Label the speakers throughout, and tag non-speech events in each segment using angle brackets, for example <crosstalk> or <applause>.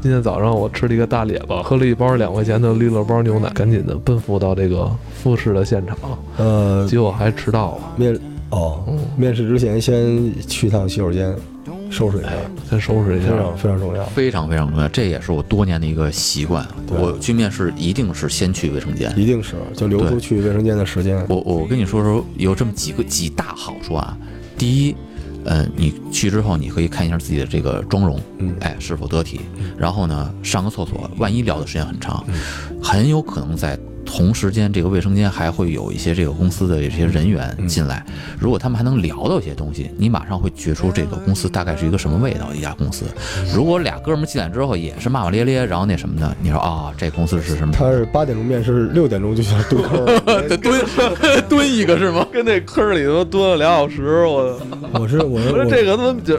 Speaker 1: 今天早上我吃了一个大列巴，喝了一包两块钱的利乐包牛奶，赶紧的奔赴到这个复试的现场，
Speaker 2: 呃，
Speaker 1: 结果还迟到了，
Speaker 2: 面哦，
Speaker 1: 嗯
Speaker 2: 面试之前先去趟洗手间，收拾一下，
Speaker 1: 先收拾一
Speaker 2: 非
Speaker 1: 下。
Speaker 2: 常非常重要，
Speaker 3: 非常非常重要，这也是我多年的一个习惯。我去面试一定是先去卫生间。
Speaker 2: 一定是就留出去卫生间的时间。
Speaker 3: 我我跟你说说，有这么几个几大好处啊。第一，呃，你去之后你可以看一下自己的这个妆容，
Speaker 2: 嗯
Speaker 3: 哎，是否得体。然后呢，上个厕所，万一聊的时间很长，很有可能在同时间这个卫生间还会有一些这个公司的这些人员进来。如果他们还能聊到一些东西，你马上会觉出这个公司大概是一个什么味道的一家公司。如果俩哥们儿进来之后也是骂骂咧咧，然后那什么的，你说啊、这公司是 <laughs> 什么？
Speaker 2: 他是八点钟面试，六点钟就想蹲坑
Speaker 1: <laughs>
Speaker 2: 儿
Speaker 3: 蹲 <laughs> 蹲一个是吗？
Speaker 1: 跟那坑里头蹲了俩小时，我
Speaker 2: 我是我是
Speaker 1: 我
Speaker 2: 我
Speaker 1: 说这个他妈简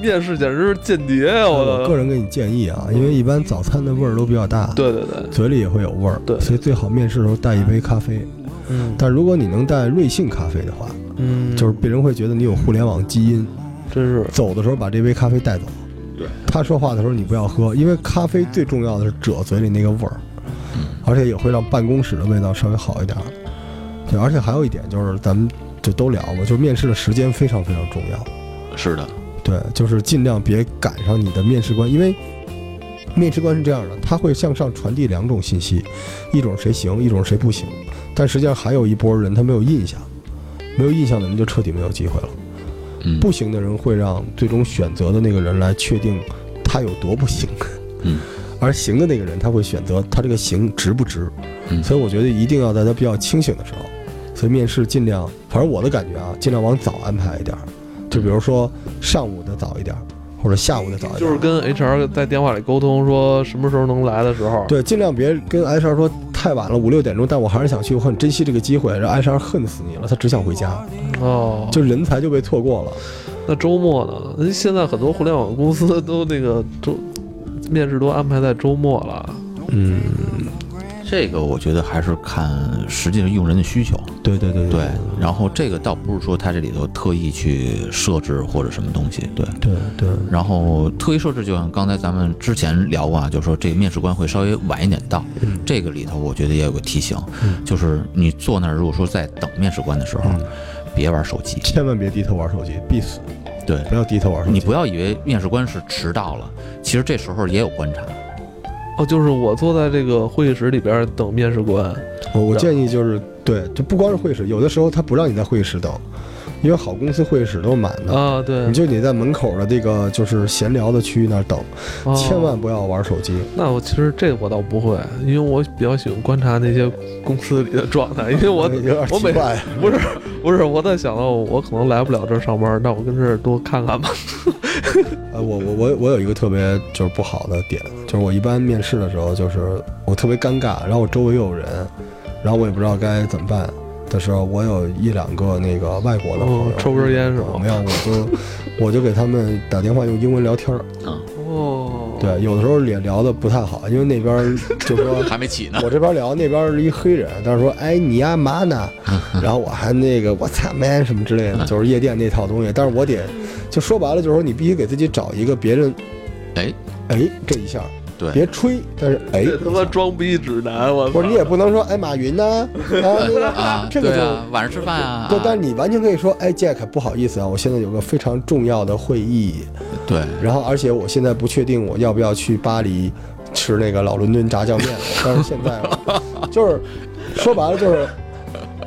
Speaker 1: 面试简直是间谍啊！
Speaker 2: 我
Speaker 1: 我
Speaker 2: 个人给你建议啊，因为一般早餐的味儿都比较大，，
Speaker 1: 对对对，
Speaker 2: 嘴里也会有味儿，
Speaker 1: 对
Speaker 2: 所以最好面试的时候带一杯咖啡。
Speaker 1: 嗯
Speaker 2: 但如果你能带瑞幸咖啡的话，
Speaker 1: 嗯，
Speaker 2: 就是别人会觉得你有互联网基因。
Speaker 1: 真是
Speaker 2: 走的时候把这杯咖啡带走。对，他说话的时候你不要喝，因为咖啡最重要的是褶嘴里那个味儿，而且也会让办公室的味道稍微好一点。对，而且还有一点就是，咱们就都聊过，就是面试的时间非常非常重要。
Speaker 3: 是的，
Speaker 2: 对，就是尽量别赶上你的面试官，因为面试官是这样的，他会向上传递两种信息，一种谁行，一种谁不行。但实际上还有一波人他没有印象，没有印象的人就彻底没有机会了。
Speaker 3: 嗯，
Speaker 2: 不行的人会让最终选择的那个人来确定他有多不行，
Speaker 3: 嗯，
Speaker 2: <laughs> 而行的那个人他会选择他这个行值不值，
Speaker 3: 嗯
Speaker 2: 所以我觉得一定要在他比较清醒的时候，所以面试尽量，反正我的感觉啊，尽量往早安排一点儿，就比如说上午的早一点儿，或者下午的早一点儿，
Speaker 1: 就是跟 HR 在电话里沟通说什么时候能来的时候，
Speaker 2: 对，尽量别跟 HR 说太晚了五六点钟，但我还是想去，我很珍惜这个机会，让 HR 恨死你了，他只想回家，
Speaker 1: 哦，
Speaker 2: 就人才就被错过了。
Speaker 1: 那周末呢？那现在很多互联网公司都那个周面试都安排在周末了。
Speaker 2: 嗯，
Speaker 3: 这个我觉得还是看实际上用人的需求。
Speaker 2: 对对对
Speaker 3: 对，然后这个倒不是说他这里头特意去设置或者什么东西，对。
Speaker 2: 对对，
Speaker 3: 然后特意设置，就像刚才咱们之前聊过啊，就是说这个面试官会稍微晚一点到，
Speaker 2: 嗯
Speaker 3: 这个里头我觉得也有个提醒，就是你坐那儿，如果说在等面试官的时候，别玩手机，
Speaker 2: 千万别低头玩手机，必死！
Speaker 3: 对
Speaker 2: 不要低头玩手机。
Speaker 3: 你不要以为面试官是迟到了，其实这时候也有观察，
Speaker 1: 哦，就是我坐在这个会议室里边等面试官。
Speaker 2: 我我建议就是，对，就不光是会议室，有的时候他不让你在会议室等，因为好公司会议室都满的，
Speaker 1: 啊，对，
Speaker 2: 你就得在门口的这个就是闲聊的区域那儿等，
Speaker 1: 哦
Speaker 2: 千万不要玩手机。
Speaker 1: 那我其实这我倒不会，因为我比较喜欢观察那些公司里的状态，因为我
Speaker 2: <laughs> 有点
Speaker 1: 我
Speaker 2: 奇
Speaker 1: 每
Speaker 2: 怪，
Speaker 1: 不是不是我在想到我可能来不了这儿上班，那我跟这儿多看看吧。
Speaker 2: 呃，我我我我有一个特别就是不好的点，就是我一般面试的时候，就是我特别尴尬，然后我周围又有人，然后我也不知道该怎么办的时候，我有一两个那个外国的朋友
Speaker 1: 哦，抽根烟是吗
Speaker 2: 没有，我就我就给他们打电话用英文聊天儿。
Speaker 1: 哦，，
Speaker 2: 对，有的时候也聊得不太好，因为那边儿就说
Speaker 3: 还没起呢，
Speaker 2: 我这边聊，那边是一黑人，但是说哎你呀嘛呢，然后我还那个我操 man 什么之类的，就是夜店那套东西。但是我得就说白了，就是说你必须给自己找一个别人
Speaker 3: 哎，
Speaker 2: 哎这一下，
Speaker 3: 对
Speaker 2: 别吹，但是哎，
Speaker 1: 这他妈装逼指南，我
Speaker 2: 不是你也不能说哎马云呐、啊，那
Speaker 3: <laughs>
Speaker 2: 个
Speaker 3: 啊，
Speaker 2: 这个
Speaker 3: 对
Speaker 2: 就。
Speaker 3: 啊，晚上吃饭啊，
Speaker 2: 对，但是你完全可以说，哎，Jack，不好意思啊，我现在有个非常重要的会议，
Speaker 3: 对。
Speaker 2: 然后而且我现在不确定我要不要去巴黎吃那个老伦敦炸酱面
Speaker 3: <laughs>
Speaker 2: 了，但是现在啊就是说白了就是。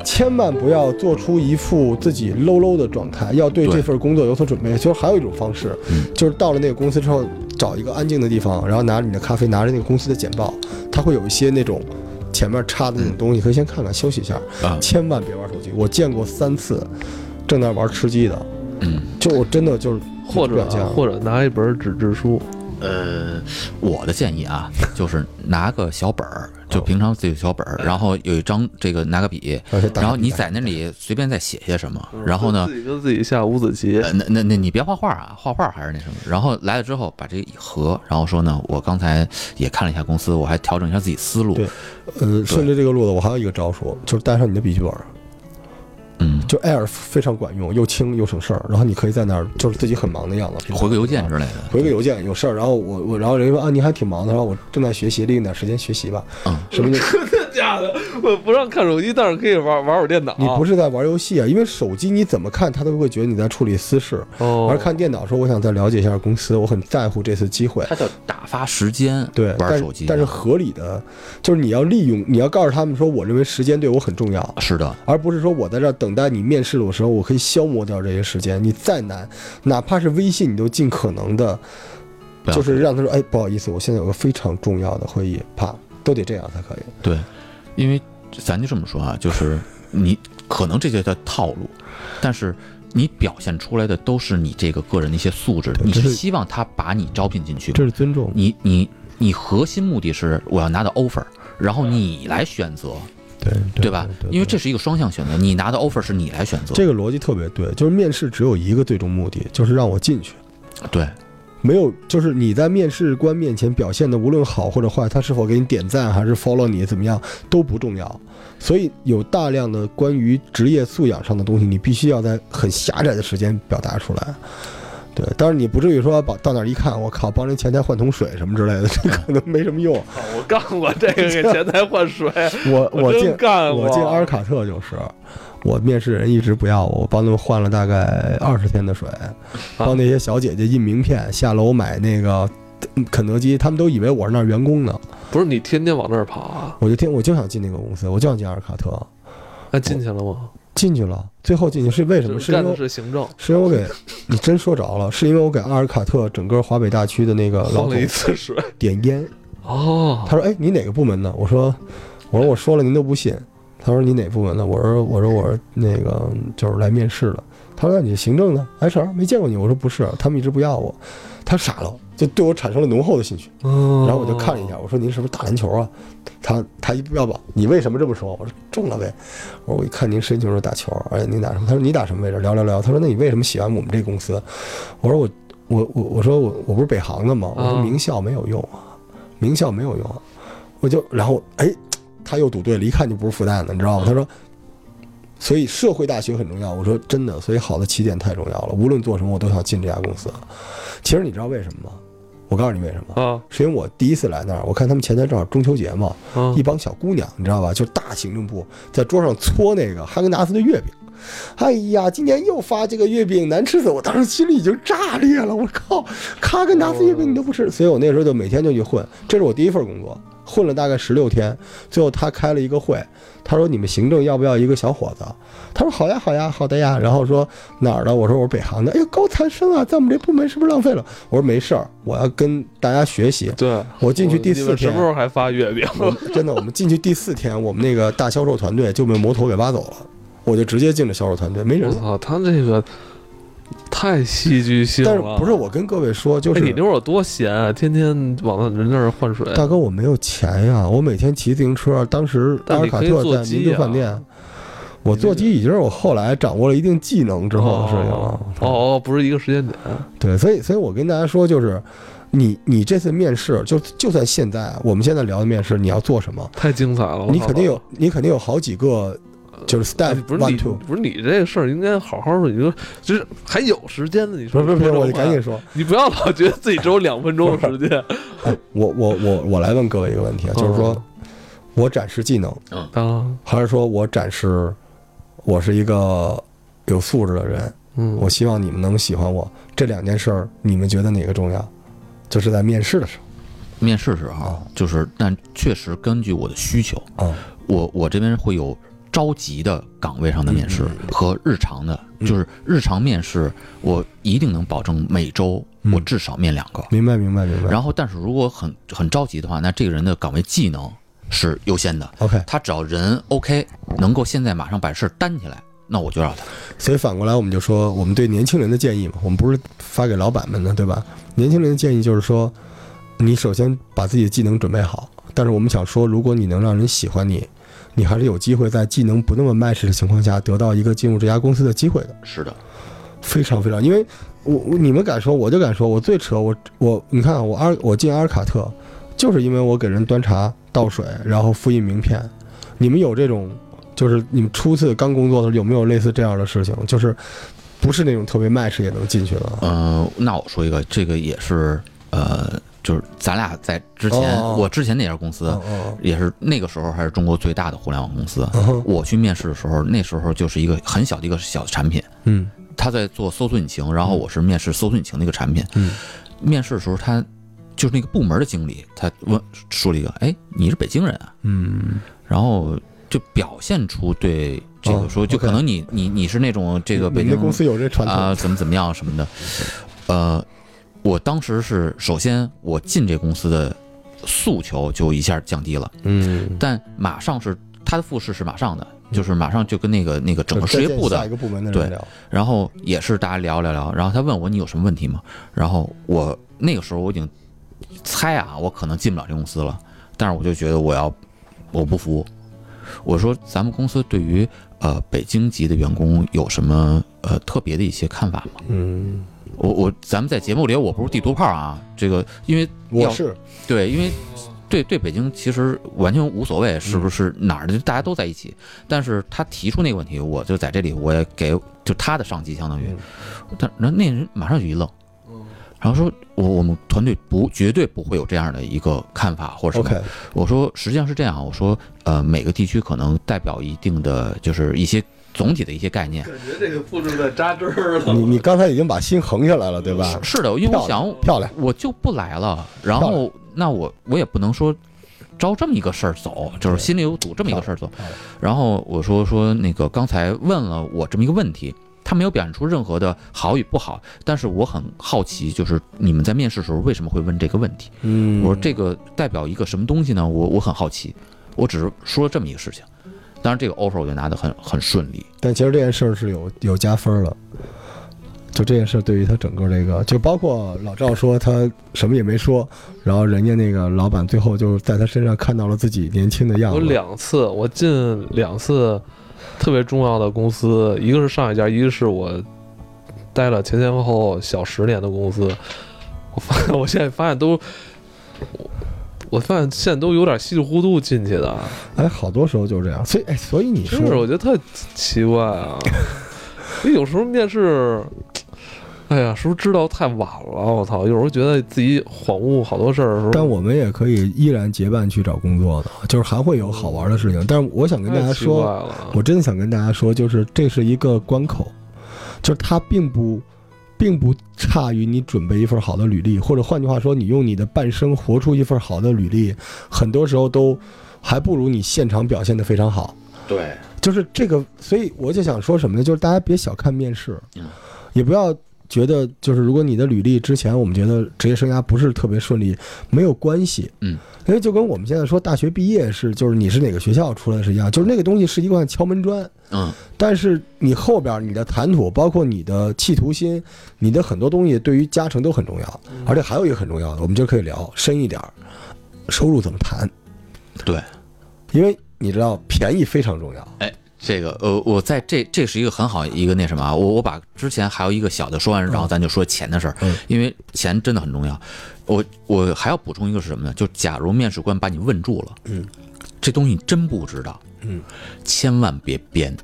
Speaker 2: 千万不要做出一副自己 low low 的状态，要对
Speaker 3: 对
Speaker 2: 这份工作有所准备。其实还有一种方式，
Speaker 3: 嗯
Speaker 2: 就是到了那个公司之后，找一个安静的地方，然后拿着你的咖啡，拿着那个公司的简报，它会有一些那种前面插的那种东西，可以先看看，休息一下。
Speaker 3: 啊
Speaker 2: 千万别玩手机，我见过三次正在玩吃鸡的，
Speaker 3: 嗯，
Speaker 2: 就我真的就是
Speaker 1: 或者
Speaker 2: 表情
Speaker 1: 啊或者拿一本纸质书，
Speaker 3: 呃，我的建议啊，就是拿个小本儿，就平常自己的小本儿，然后有一张这个拿个笔，
Speaker 2: 而且打
Speaker 3: 然
Speaker 2: 哦
Speaker 3: 后
Speaker 2: 笔嗯
Speaker 3: 你
Speaker 2: 打
Speaker 3: 在那里随便再写些什么，嗯然后呢
Speaker 1: 自，己跟自己下五子棋。 <laughs>
Speaker 3: 呃那那那你别画画啊，画画还是那什么，然后来了之后把这一合，然后说呢，我刚才也看了一下公司，我还调整一下自己思路
Speaker 2: 嗯对，呃，顺着这个路子，我还有一个招数，就是带上你的笔记本儿。
Speaker 3: 嗯，
Speaker 2: 就 Air 非常管用，又轻又省事儿。然后你可以在那儿就是自己很忙的样子，
Speaker 3: 回个邮件之类的，
Speaker 2: 回个邮件有事儿，然后我我然后人家说啊你还挺忙的，然后我正在学习，利用点时间学习吧。
Speaker 3: 嗯
Speaker 2: 什么就
Speaker 1: 真的假的？我不让看手机，但是可以玩玩会儿电脑。
Speaker 2: 你不是在玩游戏啊？因为手机你怎么看，他都会觉得你在处理私事。
Speaker 1: 哦？
Speaker 2: 而看电脑说，我想再了解一下公司，我很在乎这次机会。
Speaker 3: 它叫打发时间，
Speaker 2: 对，
Speaker 3: 玩
Speaker 2: 但
Speaker 3: 手机，啊
Speaker 2: 但是合理的就是你要利用，你要告诉他们说，我认为时间对我很重要，
Speaker 3: 是的，
Speaker 2: 而不是说我在这儿等待你面试的时候，我可以消磨掉这些时间。你再难，哪怕是微信，你都尽可能的，
Speaker 3: 不要
Speaker 2: 就是让他说，哎，不好意思，我现在有个非常重要的会议，啪，都得这样才可以。
Speaker 3: 对，因为咱就这么说啊，就是你可能这些叫套路，但是你表现出来的都是你这个个人的一些素质，你
Speaker 2: 这
Speaker 3: 是
Speaker 2: 是
Speaker 3: 希望他把你招聘进去，
Speaker 2: 是尊重，
Speaker 3: 你你你核心目的是我要拿到 offer，然后你来选择，
Speaker 2: 对
Speaker 3: 对吧？因为这是一个双向选择，你拿到 offer 是你来选择，
Speaker 2: 这个逻辑特别对，就是面试只有一个最终目的，就是让我进去。
Speaker 3: 对
Speaker 2: 没有，就是你在面试官面前表现的无论好或者坏，他是否给你点赞还是 follow 你怎么样都不重要。所以有大量的关于职业素养上的东西，你必须要在很狭窄的时间表达出来。对，当然你不至于说把到那儿一看，我靠，帮人前台换桶水什么之类的，这可能没什么用。
Speaker 1: 我干过这个，给前台换水，
Speaker 2: 我我进
Speaker 1: 真干 <laughs> 过。
Speaker 2: 我进阿尔卡特就是，我面试人一直不要我，我帮他们换了大概二十天的水，
Speaker 1: 啊
Speaker 2: 帮那些小姐姐印名片，下楼买那个嗯肯德基，他们都以为我是那儿员工呢。
Speaker 1: 不是你天天往那儿跑啊？
Speaker 2: 我就听，我就想进那个公司，我就想进阿尔卡特，
Speaker 1: 那进去了吗？
Speaker 2: 进去了，最后进去是为什么？
Speaker 1: 就是
Speaker 2: 是因
Speaker 1: 干的
Speaker 2: 为
Speaker 1: 是行政，
Speaker 2: 是因为我给你真说着了，是因为我给阿尔卡特整个华北大区的那个呃
Speaker 1: 放
Speaker 2: 老总
Speaker 1: 了一次水。
Speaker 2: <laughs> 点烟，
Speaker 1: 哦，
Speaker 2: 他说：“哎，你哪个部门的？”我说：“我说我说了您都不信。”他说：“你哪部门的？”我说：“我说我是那个就是来面试的。”他说：“那你是行政的？HR 没见过你？”我说：“不是，啊他们一直不要我。”他傻了，就对我产生了浓厚的兴趣。
Speaker 1: 嗯，
Speaker 2: 然后我就看了一下，我说：“您是不是打篮球啊？”他他一要不，你为什么这么说？我说：“中了呗。”我说：“我一看您身球是打球，而且您打什么？”他说：“你打什么位置？”聊聊聊。他说：“那你为什么喜欢我们这公司？”我说：“我我我我说我我不是北航的吗？我说
Speaker 1: 嗯
Speaker 2: 名校没有用啊，名校没有用啊。”我就然后哎，他又赌对了，一看就不是复旦的，你知道吗？他说。所以社会大学很重要，我说真的，所以好的起点太重要了。无论做什么，我都想进这家公司。其实你知道为什么吗？我告诉你为什么，
Speaker 1: 啊
Speaker 2: 是因为我第一次来那儿，我看他们前天正好中秋节嘛，
Speaker 1: 啊
Speaker 2: 一帮小姑娘，你知道吧？就是大行政部在桌上搓那个哈根达斯的月饼。哎呀，今年又发这个月饼，难吃死我！我当时心里已经炸裂了，我靠，哈根达斯月饼你都不吃，所以我那时候就每天就去混，这是我第一份工作，混了大概十六天，最后他开了一个会，他说你们行政要不要一个小伙子？他说好呀好呀好的呀，然后说哪儿的？我说我是北航的，哎呦高材生啊，在我们这部门是不是浪费了？我说没事儿，我要跟大家学习。
Speaker 1: 对，
Speaker 2: 我进去第
Speaker 1: 你
Speaker 2: 四
Speaker 1: 们什
Speaker 2: 天
Speaker 1: 么时，候还发月饼？
Speaker 2: 我们真的，我们进去第四天，我们那个大销售团队就被摩托给挖走了，我就直接进了销售团队，没人
Speaker 1: 我
Speaker 2: 了。
Speaker 1: 操，他这个太戏剧性
Speaker 2: 但是
Speaker 1: 了。
Speaker 2: 不是我跟各位说，就
Speaker 1: 哎，你
Speaker 2: 是
Speaker 1: 那会儿有多闲啊，天天往人那儿换水。
Speaker 2: 大哥，我没有钱呀，我每天骑自行车，当时阿
Speaker 1: 但
Speaker 2: 尔
Speaker 1: 你
Speaker 2: 卡
Speaker 1: 可以
Speaker 2: 特
Speaker 1: 坐
Speaker 2: 在民
Speaker 1: 机
Speaker 2: 族
Speaker 1: 啊
Speaker 2: 饭店。我坐机已经是我后来掌握了一定技能之后的事情了
Speaker 1: 哦。哦，哦不是一个时间点。
Speaker 2: 对，所以所以我跟大家说，就是你你这次面试，就就算现在我们现在聊的面试，你要做什么，
Speaker 1: 太精彩了！我
Speaker 2: 你
Speaker 1: 靠
Speaker 2: 肯定有你肯定有好几个就是
Speaker 1: 哎
Speaker 2: step
Speaker 1: 不是
Speaker 2: one
Speaker 1: 你
Speaker 2: two。
Speaker 1: 不是你这个事儿，应该好好说。你说就是还有时间呢，你
Speaker 2: 不
Speaker 1: 说
Speaker 2: 是不是不是，
Speaker 1: 说这
Speaker 2: 我就
Speaker 1: 话
Speaker 2: 赶紧说，
Speaker 1: 你不要老觉得自己只有两分钟的时间。
Speaker 2: 哎，我我我我来问各位一个问题啊， <laughs> 就是说
Speaker 1: 嗯
Speaker 2: 我展示技能，
Speaker 1: 啊，
Speaker 2: 还是说我展示我是一个有素质的人？
Speaker 1: 嗯，
Speaker 2: 我希望你们能喜欢我。这两件事儿，你们觉得哪个重要？就是在面试的时
Speaker 3: 面试时候
Speaker 2: 啊
Speaker 3: 就是，但确实根据我的需求，
Speaker 2: 候啊，
Speaker 3: 我我这边会有着急的岗位上的面试
Speaker 2: 嗯嗯
Speaker 3: 和日常的，
Speaker 2: 嗯
Speaker 3: 就是日常面试，我一定能保证每周
Speaker 2: 嗯
Speaker 3: 我至少面两个。
Speaker 2: 明白明白明白。
Speaker 3: 然后，但是如果很很着急的话，那这个人的岗位技能是优先的，
Speaker 2: OK，
Speaker 3: 他只要人 OK，能够现在马上把事儿担起来，那我就让他。
Speaker 2: 所以反过来，我们就说，我们对年轻人的建议嘛，我们不是发给老板们的，对吧？年轻人的建议就是说，你首先把自己的技能准备好。但是我们想说，如果你能让人喜欢你，你还是有机会在技能不那么 match 的情况下，得到一个进入这家公司的机会的。
Speaker 3: 是的，
Speaker 2: 非常非常，因为我我你们敢说，我就敢说，我最扯，我我你看啊我阿尔我进阿尔卡特，就是因为我给人端茶倒水，然后复印名片。你们有这种就是你们初次刚工作的时候有没有类似这样的事情？就是不是那种特别 match 也能进去的啊？
Speaker 3: 呃，那我说一个，这个也是呃，就是咱俩在之前，
Speaker 2: 哦哦
Speaker 3: 我之前那家公司、
Speaker 2: 哦哦
Speaker 3: 也是那个时候还是中国最大的互联网公司。
Speaker 2: 哦，
Speaker 3: 我去面试的时候，那时候就是一个很小的一个小产品，
Speaker 2: 嗯
Speaker 3: 他在做搜索引擎，然后我是面试搜索引擎的一个产品。
Speaker 2: 嗯，
Speaker 3: 面试的时候他就是那个部门的经理，他问说了一个，哎，你是北京人啊？
Speaker 2: 嗯，
Speaker 3: 然后就表现出对这
Speaker 2: 哦
Speaker 3: 个说，就
Speaker 2: OK
Speaker 3: 可能你你你是那种这个北
Speaker 2: 你
Speaker 3: 京
Speaker 2: 们公司有这传
Speaker 3: 啊、
Speaker 2: 统，
Speaker 3: 怎么怎么样什么的。呃，我当时是首先我进这公司的诉求就一下降低了，
Speaker 2: 嗯，
Speaker 3: 但马上是它的复试是马上的，就是马上就跟那个那个整个
Speaker 2: 就
Speaker 3: 事
Speaker 2: 再
Speaker 3: 业
Speaker 2: 见
Speaker 3: 部
Speaker 2: 下一
Speaker 3: 的，
Speaker 2: 个部门的
Speaker 3: 对
Speaker 2: 人聊，
Speaker 3: 然后也是大家聊聊聊，然后他问我你有什么问题吗？然后我那个时候我已经猜啊，我可能进不了这公司了，但是我就觉得我要我不服，我说咱们公司对于呃北京籍的员工有什么呃特别的一些看法吗？
Speaker 2: 嗯，
Speaker 3: 我我咱们在节目里我不是地图炮啊，这个因为
Speaker 2: 我
Speaker 3: 要
Speaker 2: 是
Speaker 3: 对，因为对对北京其实完全无所谓
Speaker 2: 嗯
Speaker 3: 是不是哪儿的，大家都在一起。但是他提出那个问题，我就在这里我也给就他的上级相当于
Speaker 2: 嗯，
Speaker 3: 但然后那人马上就一愣，然后说我我们团队不绝对不会有这样的一个看法或者什么
Speaker 2: OK，。
Speaker 3: <laughs> 我说实际上是这样啊，我说呃每个地区可能代表一定的就是一些总体的一些概念。
Speaker 1: 感觉这个步骤在扎针儿了
Speaker 2: 你你刚才已经把心横下来了，对吧？
Speaker 3: 是的，因为我想
Speaker 2: 漂亮，
Speaker 3: 我就不来了。然
Speaker 2: 漂
Speaker 3: 后那我我也不能说招这么一个事儿走，就是心里有堵这么一个事儿走
Speaker 2: 漂亮。
Speaker 3: 然后我说说那个刚才问了我这么一个问题，他没有表现出任何的好与不好，但是我很好奇，就是你们在面试的时候为什么会问这个问题？
Speaker 2: 嗯
Speaker 3: 我说这个代表一个什么东西呢？我我很好奇，我只是说了这么一个事情。当然，这个 offer 我就拿得很很顺利。
Speaker 2: 但其实这件事儿是有有加分儿的，就这件事儿对于他整个这个，就包括老赵说他什么也没说，然后人家那个老板最后就是在他身上看到了自己年轻的样
Speaker 1: 有
Speaker 2: 子。
Speaker 1: 两次，我进两次特别重要的公司，一个是上一家，一个是我待了前前后后小十年的公司。我发 <laughs> 现我现在发现都，我我发现现在都有点稀里糊涂进去的，
Speaker 2: 哎，好多时候就是这样，所以哎，所以你
Speaker 1: 真是
Speaker 2: 说
Speaker 1: 我觉得太奇怪啊！因为有时候面试，哎呀，是不是知道太晚了？我操，有时候觉得自己恍悟好多事儿的时候，
Speaker 2: 但我们也可以依然结伴去找工作的，就是还会有好玩的事情。但是我想跟大家
Speaker 1: 太奇怪
Speaker 2: 说，
Speaker 1: 了。
Speaker 2: 我真的想跟大家说，就是这是一个关口，就是它并不，并不差于你准备一份好的履历，或者换句话说，你用你的半生活出一份好的履历，很多时候都还不如你现场表现的非常好。
Speaker 3: 对，
Speaker 2: 就是这个，所以我就想说什么呢？就是大家别小看面试
Speaker 3: 嗯，
Speaker 2: 也不要觉得就是如果你的履历之前我们觉得职业生涯不是特别顺利，没有关系，
Speaker 3: 嗯，
Speaker 2: 因为就跟我们现在说大学毕业是就是你是哪个学校出来的是一样，就是那个东西是一块敲门砖，
Speaker 3: 嗯，
Speaker 2: 但是你后边你的谈吐，包括你的企图心，你的很多东西对于加成都很重要，而且还有一个很重要的，我们今儿可以聊深一点儿，收入怎么谈，
Speaker 3: 对。
Speaker 2: 因为你知道便宜非常重要。
Speaker 3: 哎，这个呃，我在这这是一个很好一个那什么啊，我我把之前还有一个小的说完，然后咱就说钱的事儿，
Speaker 2: 嗯
Speaker 3: 因为钱真的很重要。我我还要补充一个是什么呢？就假如面试官把你问住了，
Speaker 2: 嗯，
Speaker 3: 这东西你真不知道，
Speaker 2: 嗯，
Speaker 3: 千万别编，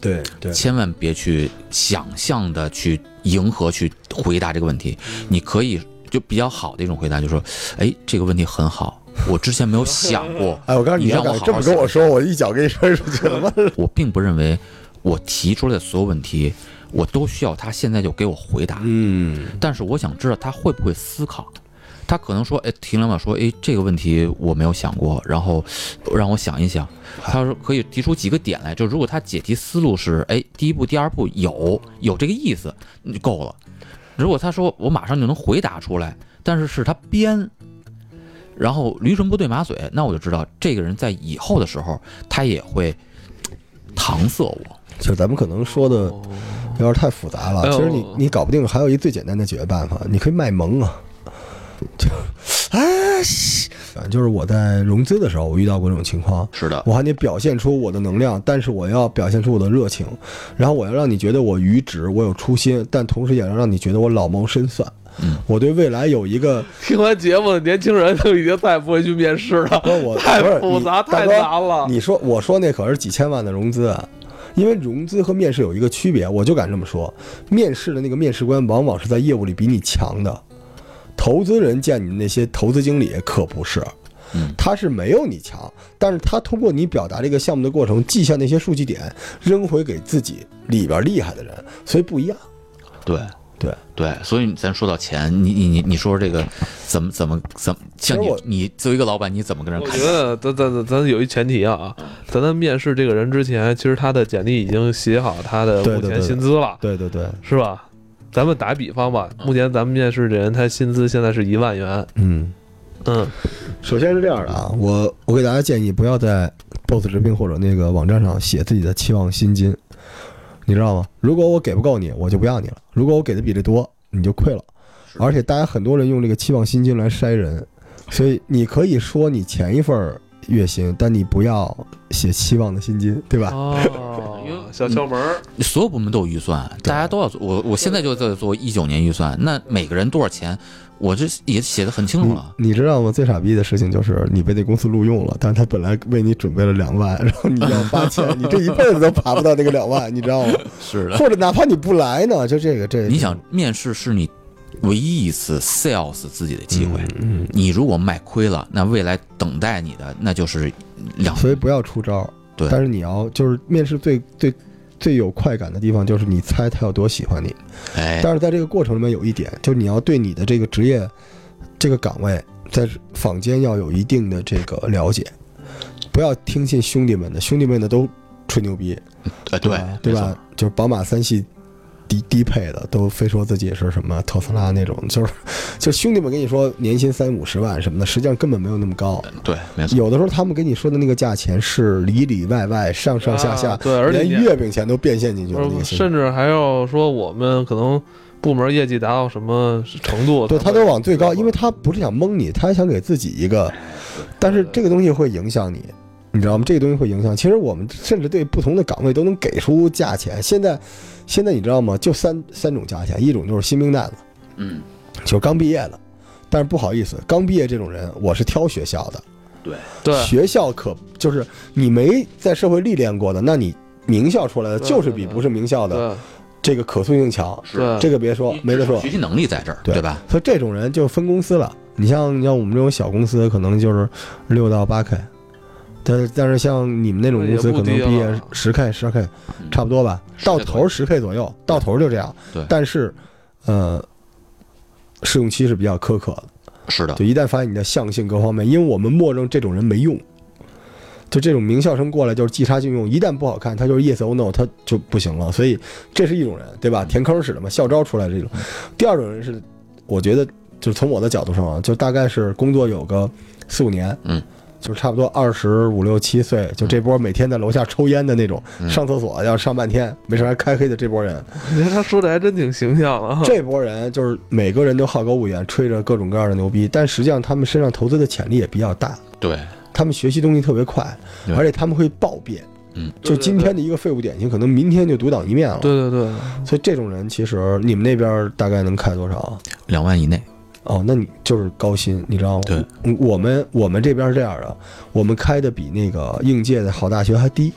Speaker 2: 对对，
Speaker 3: 千万别去想象的去迎合去回答这个问题，你可以就比较好的一种回答，就是说，哎，这个问题很好，我之前没有想过
Speaker 2: <laughs> 哎，我告诉你，
Speaker 3: 你让
Speaker 2: 要
Speaker 3: 我
Speaker 2: 敢
Speaker 3: 好
Speaker 2: 这
Speaker 3: 好
Speaker 2: 么跟
Speaker 3: 想
Speaker 2: 我
Speaker 3: 一
Speaker 2: 说，我一脚给你摔出去了吗？
Speaker 3: <laughs> 我并不认为我提出来的所有问题，我都需要他现在就给我回答。
Speaker 2: 嗯，
Speaker 3: 但是我想知道他会不会思考，他可能说，哎，停两秒说，哎，这个问题我没有想过，然后呃让我想一想。他说可以提出几个点来，就如果他解题思路是，哎，第一步、第二步有有这个意思，你就够了。如果他说我马上就能回答出来，但是是他编。然后驴唇不对马嘴，那我就知道这个人在以后的时候，他也会搪塞我。
Speaker 2: 就是咱们可能说的有点太复杂了。
Speaker 1: 哎呦
Speaker 3: 哦
Speaker 2: 其实你你搞不定，还有一最简单的解决办法，你可以卖萌啊。就，哎，西就是我在融资的时候，我遇到过这种情况。
Speaker 3: 是的，
Speaker 2: 我还得表现出我的能量，但是我要表现出我的热情，然后我要让你觉得我愚直，我有初心，但同时也要让你觉得我老谋深算。我对未来有一个，
Speaker 1: 听完节目的年轻人都已经再也不会去面试了，
Speaker 2: 不是我
Speaker 1: 太
Speaker 2: 不是
Speaker 1: 复
Speaker 2: 你
Speaker 1: 杂
Speaker 2: 大
Speaker 1: 太
Speaker 2: 哥
Speaker 1: 难了。
Speaker 2: 你说我说那可是几千万的融资啊，因为融资和面试有一个区别，我就敢这么说，面试的那个面试官往往是在业务里比你强的，投资人见你那些投资经理可不是
Speaker 3: 嗯。
Speaker 2: 他是没有你强，但是他通过你表达这个项目的过程，记下那些数据点，扔回给自己里边厉害的人，所以不一样。啊
Speaker 3: 对
Speaker 2: 对
Speaker 3: 对，所以咱说到钱，你你你你说说这个怎么怎么怎么像
Speaker 2: 其
Speaker 3: 你
Speaker 2: 实我
Speaker 3: 你作为一个老板，你怎么跟人
Speaker 1: 我
Speaker 3: 谈
Speaker 1: 觉？得咱咱咱咱有一前提啊，咱在面试这个人之前，其实他的简历已经写好他的
Speaker 2: 对
Speaker 1: 目
Speaker 2: 对
Speaker 1: 前
Speaker 2: 对
Speaker 1: 薪资了，
Speaker 2: 对对对，
Speaker 1: 是吧？咱们打比方吧，目前咱们面试这人，他薪资现在是一万元，
Speaker 2: 嗯，
Speaker 1: 嗯
Speaker 2: 首先是这样的啊，我我给大家建议，不要在 BOSS 直聘或者那个网站上写自己的期望薪金，你知道吗？如果我给不够你，我就不要你了；如果我给的比这多，你就亏了。而且大家很多人用这个期望薪金来筛人，所以你可以说你前一份儿月薪，但你不要写期望的薪金， <laughs> 对吧？
Speaker 1: 哦
Speaker 3: 因为
Speaker 1: 小窍门儿，
Speaker 3: 所有部门都有预算，大家都要做。我我现在就在做一九年预算，那每个人多少钱，我这也写的很清楚了。
Speaker 2: 你你知道吗？最傻逼的事情就是你被那公司录用了，但是他本来为你准备了两万，然后你要八 <laughs> 千，你这一辈子都爬不到那个两万，你知道吗？
Speaker 3: 是，
Speaker 2: 或者哪怕你不来呢，就这个这个
Speaker 3: 你想面试是你唯一一次 sales 自己的机会，
Speaker 2: 嗯，
Speaker 3: 你如果卖亏了，那未来等待你的那就是两
Speaker 2: 所以不要出招。
Speaker 3: 嗯对
Speaker 2: 但是你要就是面试最最最有快感的地方就是你猜他有多喜欢你，
Speaker 3: 哎，
Speaker 2: 但是在这个过程里面有一点，就是你要对你的这个职业这个岗位在坊间要有一定的这个了解，不要听信兄弟们的，兄弟们的都吹牛逼，
Speaker 3: 呃对
Speaker 2: 吧对？
Speaker 3: 没错
Speaker 2: 吧？啊就是宝马三系低低配的，都非说自己是什么特斯拉那种， <laughs> 就是就兄弟们跟你说年薪三五十万什么的，实际上根本没有那么高。
Speaker 3: 对，没错，
Speaker 2: 有的时候他们给你说的那个价钱是里里外外、上嗯上下下，
Speaker 1: 啊对，而且
Speaker 2: 连
Speaker 1: 你呃
Speaker 2: 月饼钱都变现进去了那个薪水。
Speaker 1: 甚至还要说我们可能部门业绩达到什么程度，
Speaker 2: 对他
Speaker 1: 才会
Speaker 2: 都往最高，因为他不是想蒙你，他还想给自己一
Speaker 1: 哎
Speaker 2: 个，但是这个东西会影响你，你知道吗？这个东西会影响。其实我们甚至对不同的岗位都能给出价钱。现在，现在你知道吗？就三三种价钱，一种就是新兵蛋子，
Speaker 3: 嗯，
Speaker 2: 就是刚毕业的。但是不好意思，刚毕业这种人，我是挑学校的，
Speaker 1: 对
Speaker 2: 学校可就是你没在社会历练过的，那你名校出来的
Speaker 1: 对
Speaker 2: 就是比
Speaker 1: 对对
Speaker 2: 不是名校的
Speaker 1: 对
Speaker 2: 这个可塑性强，
Speaker 1: 对，
Speaker 2: 这个别说，没得说
Speaker 3: 学。习能力在这儿，
Speaker 2: 对
Speaker 3: 对吧？
Speaker 2: 所以这种人就分公司了。你像像我们这种小公司，可能就是六到八 K，但是但是像你们那种公司，
Speaker 1: 也
Speaker 2: 可
Speaker 1: 不
Speaker 2: 能
Speaker 1: 低了
Speaker 2: 毕业十 K、十 K，
Speaker 3: 嗯
Speaker 2: 差不多吧，
Speaker 3: 10K
Speaker 2: 到头十 K 左右，到头就这样。
Speaker 3: 对
Speaker 2: 但是，呃，试用期是比较苛刻的，
Speaker 3: 是的
Speaker 2: 就，一旦发现你的相性各方面，因为我们默认这种人没用，就这种名校生过来就是即插即用，一旦不好看，他就是 yes or no，他就不行了。所以这是一种人，对吧？填坑使的嘛，校招出来这种。第二种人是，我觉得就是从我的角度上啊，就大概是工作有个四五年，
Speaker 3: 嗯。
Speaker 2: 就是差不多二十五六七岁，就这波每天在楼下抽烟的那种，
Speaker 3: 嗯
Speaker 2: 上厕所要上半天，没事还开黑的这波人，
Speaker 1: 你 <laughs> 看他说的还真挺形象
Speaker 3: 嗯
Speaker 1: 的哈。
Speaker 2: 这波人就是每个人都好高骛远，吹着各种各样的牛逼，但实际上他们身上投资的潜力也比较大，
Speaker 3: 对，
Speaker 2: 他们学习东西特别快，
Speaker 3: 对
Speaker 2: 而且他们会暴变。
Speaker 3: 嗯，
Speaker 2: 就今天的一个废物点心，可能明天就独当一面了。，
Speaker 1: 对对对，
Speaker 2: 所以这种人其实你们那边大概能开多少？
Speaker 3: 两万以内，
Speaker 2: 哦，那你就是高薪，你知道吗？
Speaker 3: 对
Speaker 2: 嗯，我们我们这边是这样的，我们开的比那个应届的好大学还低。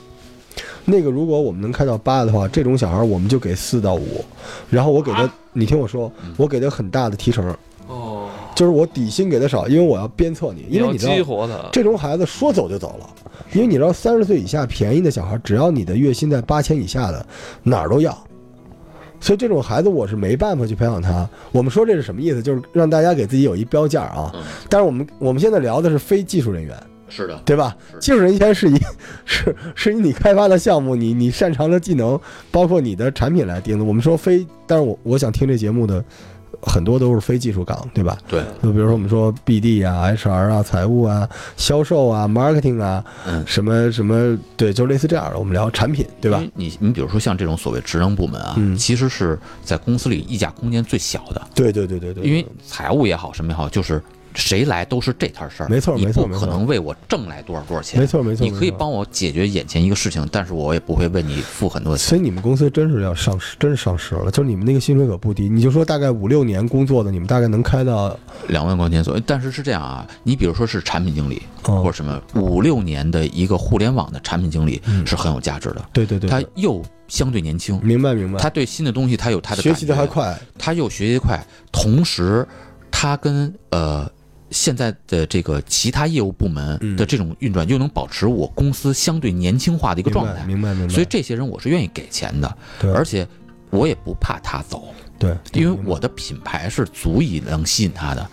Speaker 2: 那个如果我们能开到八的话，这种小孩我们就给四到五，然后我给他，
Speaker 3: 啊
Speaker 2: 你听我说，我给他很大的提成，
Speaker 1: 哦，
Speaker 2: 就是我底薪给的少，因为我要鞭策你，因为
Speaker 1: 要
Speaker 2: 你知道
Speaker 1: 激活他，
Speaker 2: 这种孩子说走就走了，因为你知道三十岁以下便宜的小孩，只要你的月薪在八千以下的，哪儿都要。所以这种孩子我是没办法去培养他。我们说这是什么意思？就是让大家给自己有一标价啊
Speaker 3: 嗯。
Speaker 2: 但是我们我们现在聊的是非技术人员，
Speaker 3: 是的，
Speaker 2: 对吧？
Speaker 3: 是
Speaker 2: 技术人员是以 <laughs> 是是以你开发的项目，你你擅长的技能，包括你的产品来定的。我们说非，但是我我想听这节目的很多都是非技术岗，对吧？
Speaker 3: 对，
Speaker 2: 就比如说我们说 BD 啊、HR 啊、财务啊、销售啊、marketing 啊，
Speaker 3: 嗯。
Speaker 2: 什么什么，对，就类似这样的，我们聊产品，对吧
Speaker 3: 因？为你你比如说像这种所谓职能部门啊，
Speaker 2: 嗯
Speaker 3: 其实是在公司里溢价空间最小的，
Speaker 2: 对对对对对，
Speaker 3: 因为财务也好，什么也好，就是谁来都是这摊事儿，
Speaker 2: 没错
Speaker 3: 你
Speaker 2: 没错
Speaker 3: 不
Speaker 2: 没
Speaker 3: 可
Speaker 2: 错
Speaker 3: 能为我挣来多少多少钱，
Speaker 2: 没错没错
Speaker 3: 你可
Speaker 2: 没
Speaker 3: 以
Speaker 2: 错
Speaker 3: 帮我解决眼前一个事情，但是我也不会为你付很多的钱。
Speaker 2: 所以你们公司真是要上市，真是上市了。就是你们那个薪水可不低，你就说大概五六年工作的，你们大概能开到
Speaker 3: 两万块钱左右，但是是这样啊，你比如说是产品经理、
Speaker 2: 哦
Speaker 3: 或者什么五六年的一个互联网的产品经理是很有价值的，
Speaker 2: 嗯对对对，
Speaker 3: 他
Speaker 2: 对
Speaker 3: 又相对年轻，
Speaker 2: 明白明白，
Speaker 3: 他对新的东西他有他的
Speaker 2: 学习的
Speaker 3: 感觉
Speaker 2: 还快，
Speaker 3: 他又学习快，同时他跟呃现在的这个其他业务部门的这种运转，又能保持我公司相对年轻化的一个
Speaker 2: 明
Speaker 3: 状
Speaker 2: 白
Speaker 3: 态，
Speaker 2: 明白明白。
Speaker 3: 所以这些人我是愿意给钱的，
Speaker 2: 对
Speaker 3: 而且我也不怕他走，
Speaker 2: 对，
Speaker 3: 因
Speaker 2: 明
Speaker 3: 为
Speaker 2: 白
Speaker 3: 我的品牌是足以能吸引他的。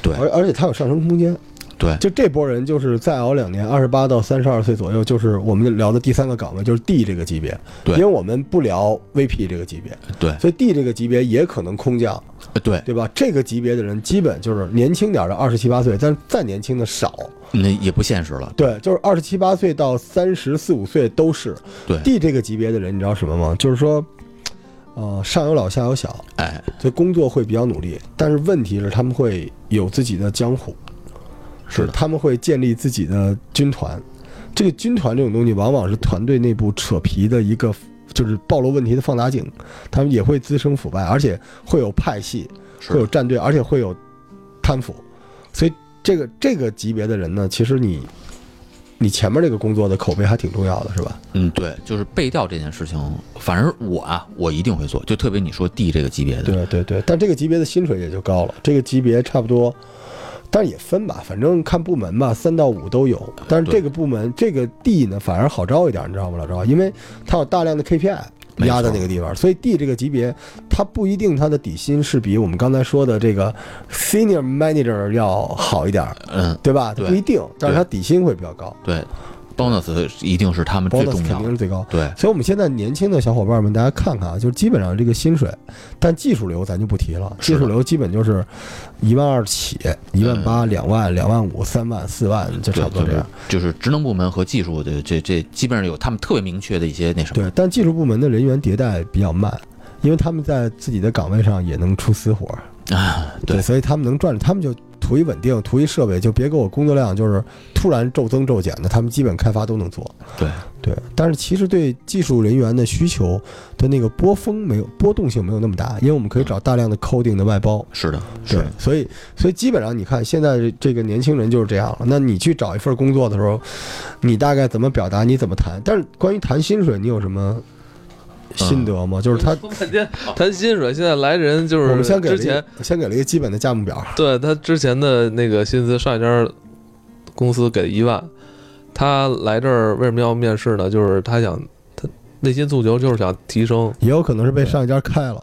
Speaker 3: 对
Speaker 2: 而而且他有上升空间。
Speaker 3: 对，
Speaker 2: 就这波人，就是再熬两年，二十八到三十二岁左右，就是我们聊的第三个岗位，就是 D 这个级别。
Speaker 3: 对
Speaker 2: 因为我们不聊 VP 这个级别，
Speaker 3: 对
Speaker 2: 所以 D 这个级别也可能空降，
Speaker 3: 对，
Speaker 2: 对吧？这个级别的人基本就是年轻点儿的二十七八岁，但是再年轻的少。
Speaker 3: 那也不现实了。
Speaker 2: 对，就是二十七八岁到三十四五岁都是
Speaker 3: 对
Speaker 2: D 这个级别的人，你知道什么吗？就是说，呃，上有老下有小，
Speaker 3: 哎，
Speaker 2: 所以工作会比较努力，但是问题是他们会有自己的江湖，
Speaker 3: 是的
Speaker 2: 他们会建立自己的军团。这个军团这种东西，往往是团队内部扯皮的一个，就是暴露问题的放大镜。他们也会滋生腐败，而且会有派系，
Speaker 3: 是
Speaker 2: 会有战队，而且会有贪腐。所以这个这个级别的人呢，其实你你前面这个工作的口碑还挺重要的，是吧？
Speaker 3: 嗯，对，就是背调这件事情，反正我啊，我一定会做。就特别你说 D 这个级别的，
Speaker 2: 对对对，但这个级别的薪水也就高了，这个级别差不多，但是也分吧，反正看部门吧，三到五都有。但是
Speaker 3: 对
Speaker 2: 这个部门这个 D 呢，反而好招一点，你知道吗，老赵？因为它有大量的 KPI
Speaker 3: 没错
Speaker 2: 压在那个地方，所以 D 这个级别，它不一定它的底薪是比我们刚才说的这个 Senior Manager 要好一点，
Speaker 3: 嗯，
Speaker 2: 对吧？它
Speaker 3: 对
Speaker 2: 不一定，但是它底薪会比较高
Speaker 3: 对，bonus 一定是他们最
Speaker 2: ，bonus
Speaker 3: 重
Speaker 2: 肯
Speaker 3: 要
Speaker 2: 定
Speaker 3: 的
Speaker 2: 是。最高。
Speaker 3: 对，
Speaker 2: 所以，我们现在年轻的小伙伴们，大家看看啊，就是基本上这个薪水，但技术流咱就不提了，
Speaker 3: 是
Speaker 2: 技
Speaker 3: 的嗯
Speaker 2: 术流基本就是一万二起，一万八、两万、两万五、三万、四万，就
Speaker 3: 对，
Speaker 2: 差不多这样。
Speaker 3: 就是就是职能部门和技术的这这基本上有他们特别明确的一些那什么。
Speaker 2: 对，但技术部门的人员迭代比较慢，因为他们在自己的岗位上也能出私活儿，
Speaker 3: 啊，对
Speaker 2: 所以他们能赚，他们就图一稳定，图一设备，就别给我工作量就是突然骤增骤减的，他们基本开发都能做。
Speaker 3: 对
Speaker 2: 对，但是其实对技术人员的需求的那个波峰没有波动性没有那么大，因为我们可以找大量的 coding 的外包。
Speaker 3: 是的，嗯是
Speaker 2: 对
Speaker 3: 的，，
Speaker 2: 所以所以基本上你看现在这个年轻人就是这样了。那你去找一份工作的时候，你大概怎么表达，你怎么谈？但是关于谈薪水，你有什么
Speaker 3: 嗯
Speaker 2: 心得吗？就是他，
Speaker 1: 半天谈薪水，现在来人就
Speaker 2: 我们
Speaker 1: 是
Speaker 2: 先给了
Speaker 1: 之
Speaker 2: 一
Speaker 1: 前
Speaker 2: 个先给了一个基本的价目表，
Speaker 1: 对他之前的那个薪资，上一家公司给一万，他来这儿为什么要面试呢？就是他想他内心诉求就是想提升，
Speaker 2: 也有可能是被上一家开了，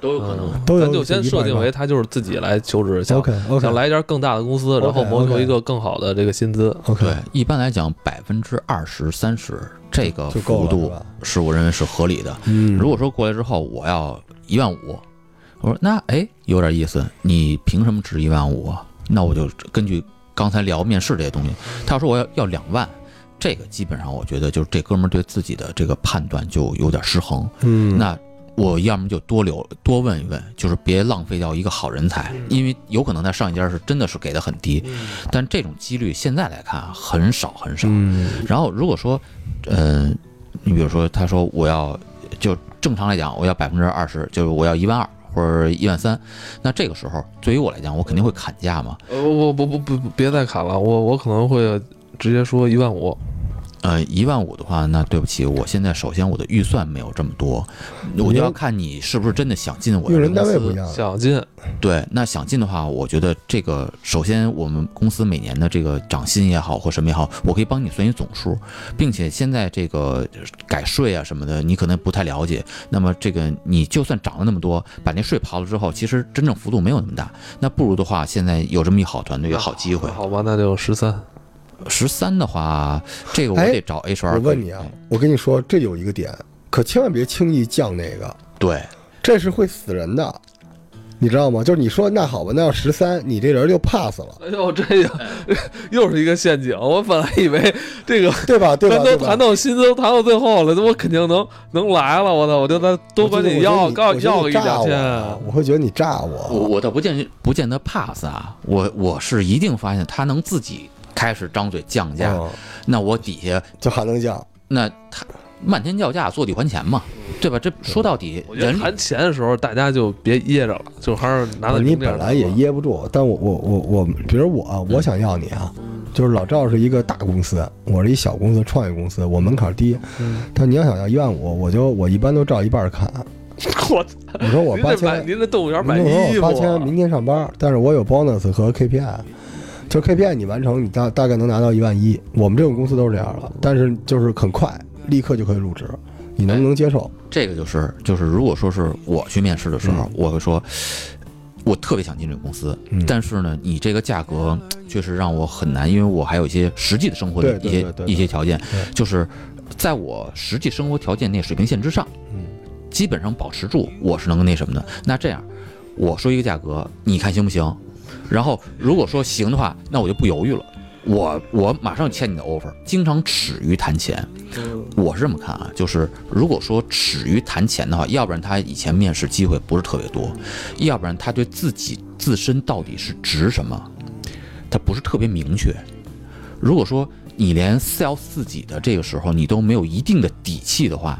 Speaker 3: 都有
Speaker 1: 可能
Speaker 2: 都有
Speaker 1: 咱就先设定为他就是自己来求职，想
Speaker 2: OK OK
Speaker 1: 想来一家更大的公司，然后
Speaker 2: OK，OK
Speaker 1: 谋求一个更好的这个薪资。
Speaker 2: OK
Speaker 3: 对，一般来讲百分之二十三十这个
Speaker 2: 就够了
Speaker 3: 幅
Speaker 2: 是
Speaker 3: 度
Speaker 2: 吧？
Speaker 3: 是我认为是合理的。
Speaker 2: 嗯，
Speaker 3: 如果说过来之后我要一万五，我说那哎有点意思，你凭什么值一万五啊？那我就根据刚才聊面试这些东西，他说我要要两万，这个基本上我觉得就是这哥们儿对自己的这个判断就有点失衡。
Speaker 2: 嗯
Speaker 3: 那我要么就多留多问一问，就是别浪费掉一个好人才，
Speaker 2: 嗯
Speaker 3: 因为有可能在上一家是真的是给的很低，但这种几率现在来看啊很少很少。
Speaker 2: 嗯
Speaker 3: 然后如果说，嗯，你比如说他说我要就正常来讲我要百分之二十，就是我要一万二或者一万三，那这个时候对于我来讲我肯定会砍价嘛，
Speaker 1: 呃，我不不不不别再砍了，我我可能会直接说一万五。
Speaker 3: 呃，一万五的话，那对不起，我现在首先我的预算没有这么多，我就要看你是不是真的想进我的
Speaker 2: 用人
Speaker 3: 公
Speaker 2: 单位
Speaker 3: 司。
Speaker 2: 不一样，
Speaker 1: 奖金
Speaker 3: 对，那想进的话，我觉得这个首先我们公司每年的这个涨薪也好或什么也好，我可以帮你算一总数，并且现在这个改税啊什么的，你可能不太了解。那么这个你就算涨了那么多，把那税刨了之后，其实真正幅度没有那么大。那不如的话，现在有这么一好团队，有好机会。
Speaker 1: 好吧，那就十三。
Speaker 3: <laughs> 十三的话，这个我
Speaker 2: 哎
Speaker 3: 得找 HR。
Speaker 2: 我问你啊，
Speaker 3: 嗯
Speaker 2: 我跟你说，这有一
Speaker 3: 啊
Speaker 2: 个点，可千万别轻易降那个，
Speaker 3: 对，
Speaker 2: 这是会死人的。你知道吗？就是你说那好吧，那要十三，你这人就 pass 了，
Speaker 1: 哎呦，这个 <laughs> 又是一个陷阱！我本来以为这个
Speaker 2: 对吧？对吧？
Speaker 1: 咱都
Speaker 2: 对吧
Speaker 1: 谈到心都谈到最后了，我肯定能能来了，我操！我就再多管你要，告
Speaker 2: 我觉得
Speaker 1: 要
Speaker 2: 我啊
Speaker 1: 个一
Speaker 2: 觉得
Speaker 1: 两
Speaker 2: 你
Speaker 1: 千，
Speaker 2: 诈我，我会觉得你炸
Speaker 3: 我
Speaker 2: 我。啊
Speaker 3: 我倒不见不见得 pass 啊，我我是一定发现他能自己开始张嘴降价，
Speaker 2: 嗯
Speaker 3: 那我底下
Speaker 2: 就还能降，
Speaker 3: 那他漫天叫价，坐地还钱嘛，对吧？这说到底
Speaker 1: 嗯我觉得
Speaker 3: 人
Speaker 1: 谈钱的时候大家就别掖着了，就还是拿到
Speaker 2: 哦你
Speaker 1: 明面上
Speaker 2: 本来也
Speaker 1: 吧
Speaker 2: 噎不住，但我我我我，比如我啊，我想要你啊，就是老赵是一个大公司，我是一小公司，创业公司，我门槛低，
Speaker 1: 嗯
Speaker 2: 但你要想要一万五，我就我一般都照一半砍。
Speaker 1: 我操！
Speaker 2: 你说我
Speaker 1: 您
Speaker 2: 八
Speaker 1: 这买
Speaker 2: 千，
Speaker 1: 您这动物园买
Speaker 2: 明天
Speaker 1: 衣
Speaker 2: 我
Speaker 1: 服啊
Speaker 2: 八千，明天上班，但是我有 bonus 和 KPI，就是 KPI 你完成，你大大概能拿到一万一。我们这种公司都是这样的，但是就是很快，立刻就可以入职，你能不能接受？
Speaker 3: 这个就是就是，如果说是我去面试的时候，
Speaker 1: 嗯
Speaker 3: 我会说，我特别想进这个公司，
Speaker 2: 嗯
Speaker 3: 但是呢，你这个价格确实让我很难，因为我还有一些实际的生活的
Speaker 2: 对
Speaker 3: 一
Speaker 2: 对
Speaker 3: 些
Speaker 2: 对对对
Speaker 3: 一些条件
Speaker 2: 对，
Speaker 3: 就是在我实际生活条件那水平线之上，
Speaker 2: 嗯，
Speaker 3: 基本上保持住，我是能那什么的。那这样，我说一个价格，你看行不行？然后如果说行的话，那我就不犹豫了。我我马上签你的 offer，经常耻于谈钱，我是这么看啊，就是如果说耻于谈钱的话，要不然他以前面试机会不是特别多，要不然他对自己自身到底是值什么，他不是特别明确。如果说你连 sell 自己的这个时候你都没有一定的底气的话，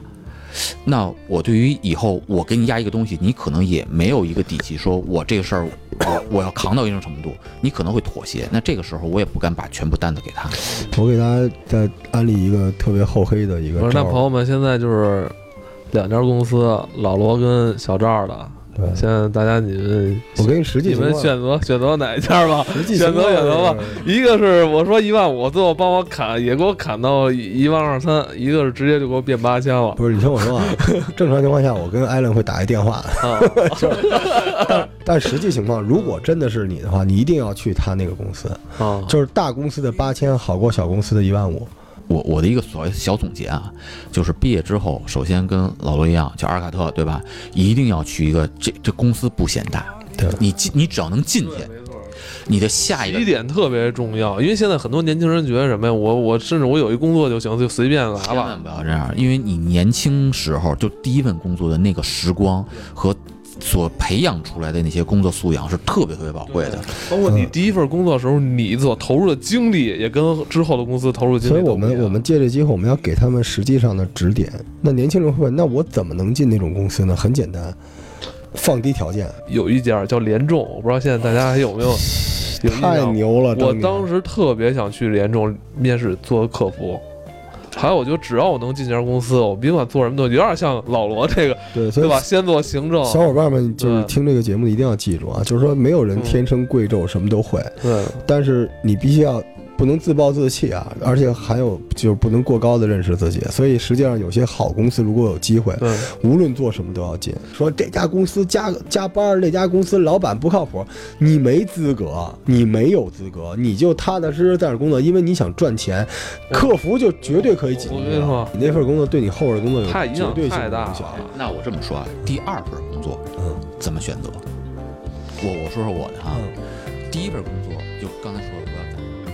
Speaker 3: 那我对于以后我给你压一个东西，你可能也没有一个底气，说我这个事儿我我要扛到一定程度，你可能会妥协。那这个时候我也不敢把全部担子给他。
Speaker 2: 我给大家再安利一个特别厚黑的一个
Speaker 1: 不是，那
Speaker 2: 招
Speaker 1: 朋
Speaker 2: 儿，
Speaker 1: 友们现在就是两家公司，老罗跟小赵的。
Speaker 2: 对，
Speaker 1: 现在大家你们
Speaker 2: 我给你实际
Speaker 1: 你
Speaker 2: 情
Speaker 1: 们
Speaker 2: 况，
Speaker 1: 选择选择哪一家吧，
Speaker 2: 实际
Speaker 1: 选择
Speaker 2: 情
Speaker 1: 选择
Speaker 2: 况
Speaker 1: 吧。一个是我说一万五，最后帮我砍，也给我砍到一万二三；一个是直接就给我变八千
Speaker 2: <laughs>
Speaker 1: 了
Speaker 2: 不是，你听我说啊，正常情况下，我跟艾伦会打一电话，
Speaker 1: 啊！
Speaker 2: 但实际情况，如果真的是你的话，你一定要去他那个公司， <laughs>
Speaker 1: 啊，
Speaker 2: 就是大公司的八千好过小公司的一万五。
Speaker 3: 我我的一个所谓小总结啊，就是毕业之后，首先跟老罗一样，叫阿尔卡特，对吧？一定要去一个这这公司不显大，
Speaker 2: 对，
Speaker 3: 你进你只要能进去，
Speaker 1: 对，没错。
Speaker 3: 你的下一
Speaker 1: 起
Speaker 3: 个
Speaker 1: 点特别重要，因为现在很多年轻人觉得什么呀？我我甚至我有一工作就行，就随便来
Speaker 3: 千
Speaker 1: 吧
Speaker 3: 万。不要这样，因为你年轻时候就第一份工作的那个时光和所培养出来的那些工作素养是特别特别宝贵的。
Speaker 1: 包括
Speaker 2: 嗯
Speaker 1: 你第一份工作的时候，你所投入的精力也跟之后的公司投入的精
Speaker 2: 所以
Speaker 1: 力
Speaker 2: 我
Speaker 1: 都不一样。
Speaker 2: 们我们借这机会，我们要给他们实际上的指点。那年轻人会问，那我怎么能进那种公司呢？很简单，放低条件，
Speaker 1: 有一家叫联众，我不知道现在大家还有没有有印
Speaker 2: 太
Speaker 1: 象。
Speaker 2: 牛了！
Speaker 1: 我
Speaker 2: 年
Speaker 1: 当时特别想去联众面试做客服，还有我觉得只要我能进这家公司，我甭管做什么都有点像老罗这个，
Speaker 2: 对，所以
Speaker 1: 对吧？嗯先做行政，
Speaker 2: 小伙伴们就是
Speaker 1: 对
Speaker 2: 听这个节目一定要记
Speaker 1: 嗯
Speaker 2: 住啊，就是说没有人天生贵胄，什么都会，
Speaker 1: 对，
Speaker 2: 但是你必须要不能自暴自弃啊，而且还有就是不能过高的认识自己。所以实际上有些好公司如果有机会，
Speaker 1: 对，
Speaker 2: 无论做什么都要进。说这家公司加加班儿，那家公司老板不靠谱，你没资格，你没有资格，你就踏踏实实在这儿工作，因为你想赚钱。客服就绝对可以解
Speaker 1: 我
Speaker 2: 决
Speaker 1: 跟你说
Speaker 2: 的，你那份工作对你后边的工作有
Speaker 1: 太影
Speaker 2: 绝
Speaker 1: 响
Speaker 2: 对性
Speaker 1: 太
Speaker 2: 的
Speaker 1: 大
Speaker 2: 影响。啊
Speaker 1: 了。
Speaker 3: 那我这么说啊，第二份工作
Speaker 2: 嗯
Speaker 3: 怎么选择？我我说说我的哈、
Speaker 2: 嗯
Speaker 3: 第一份工作就刚才说的，我要在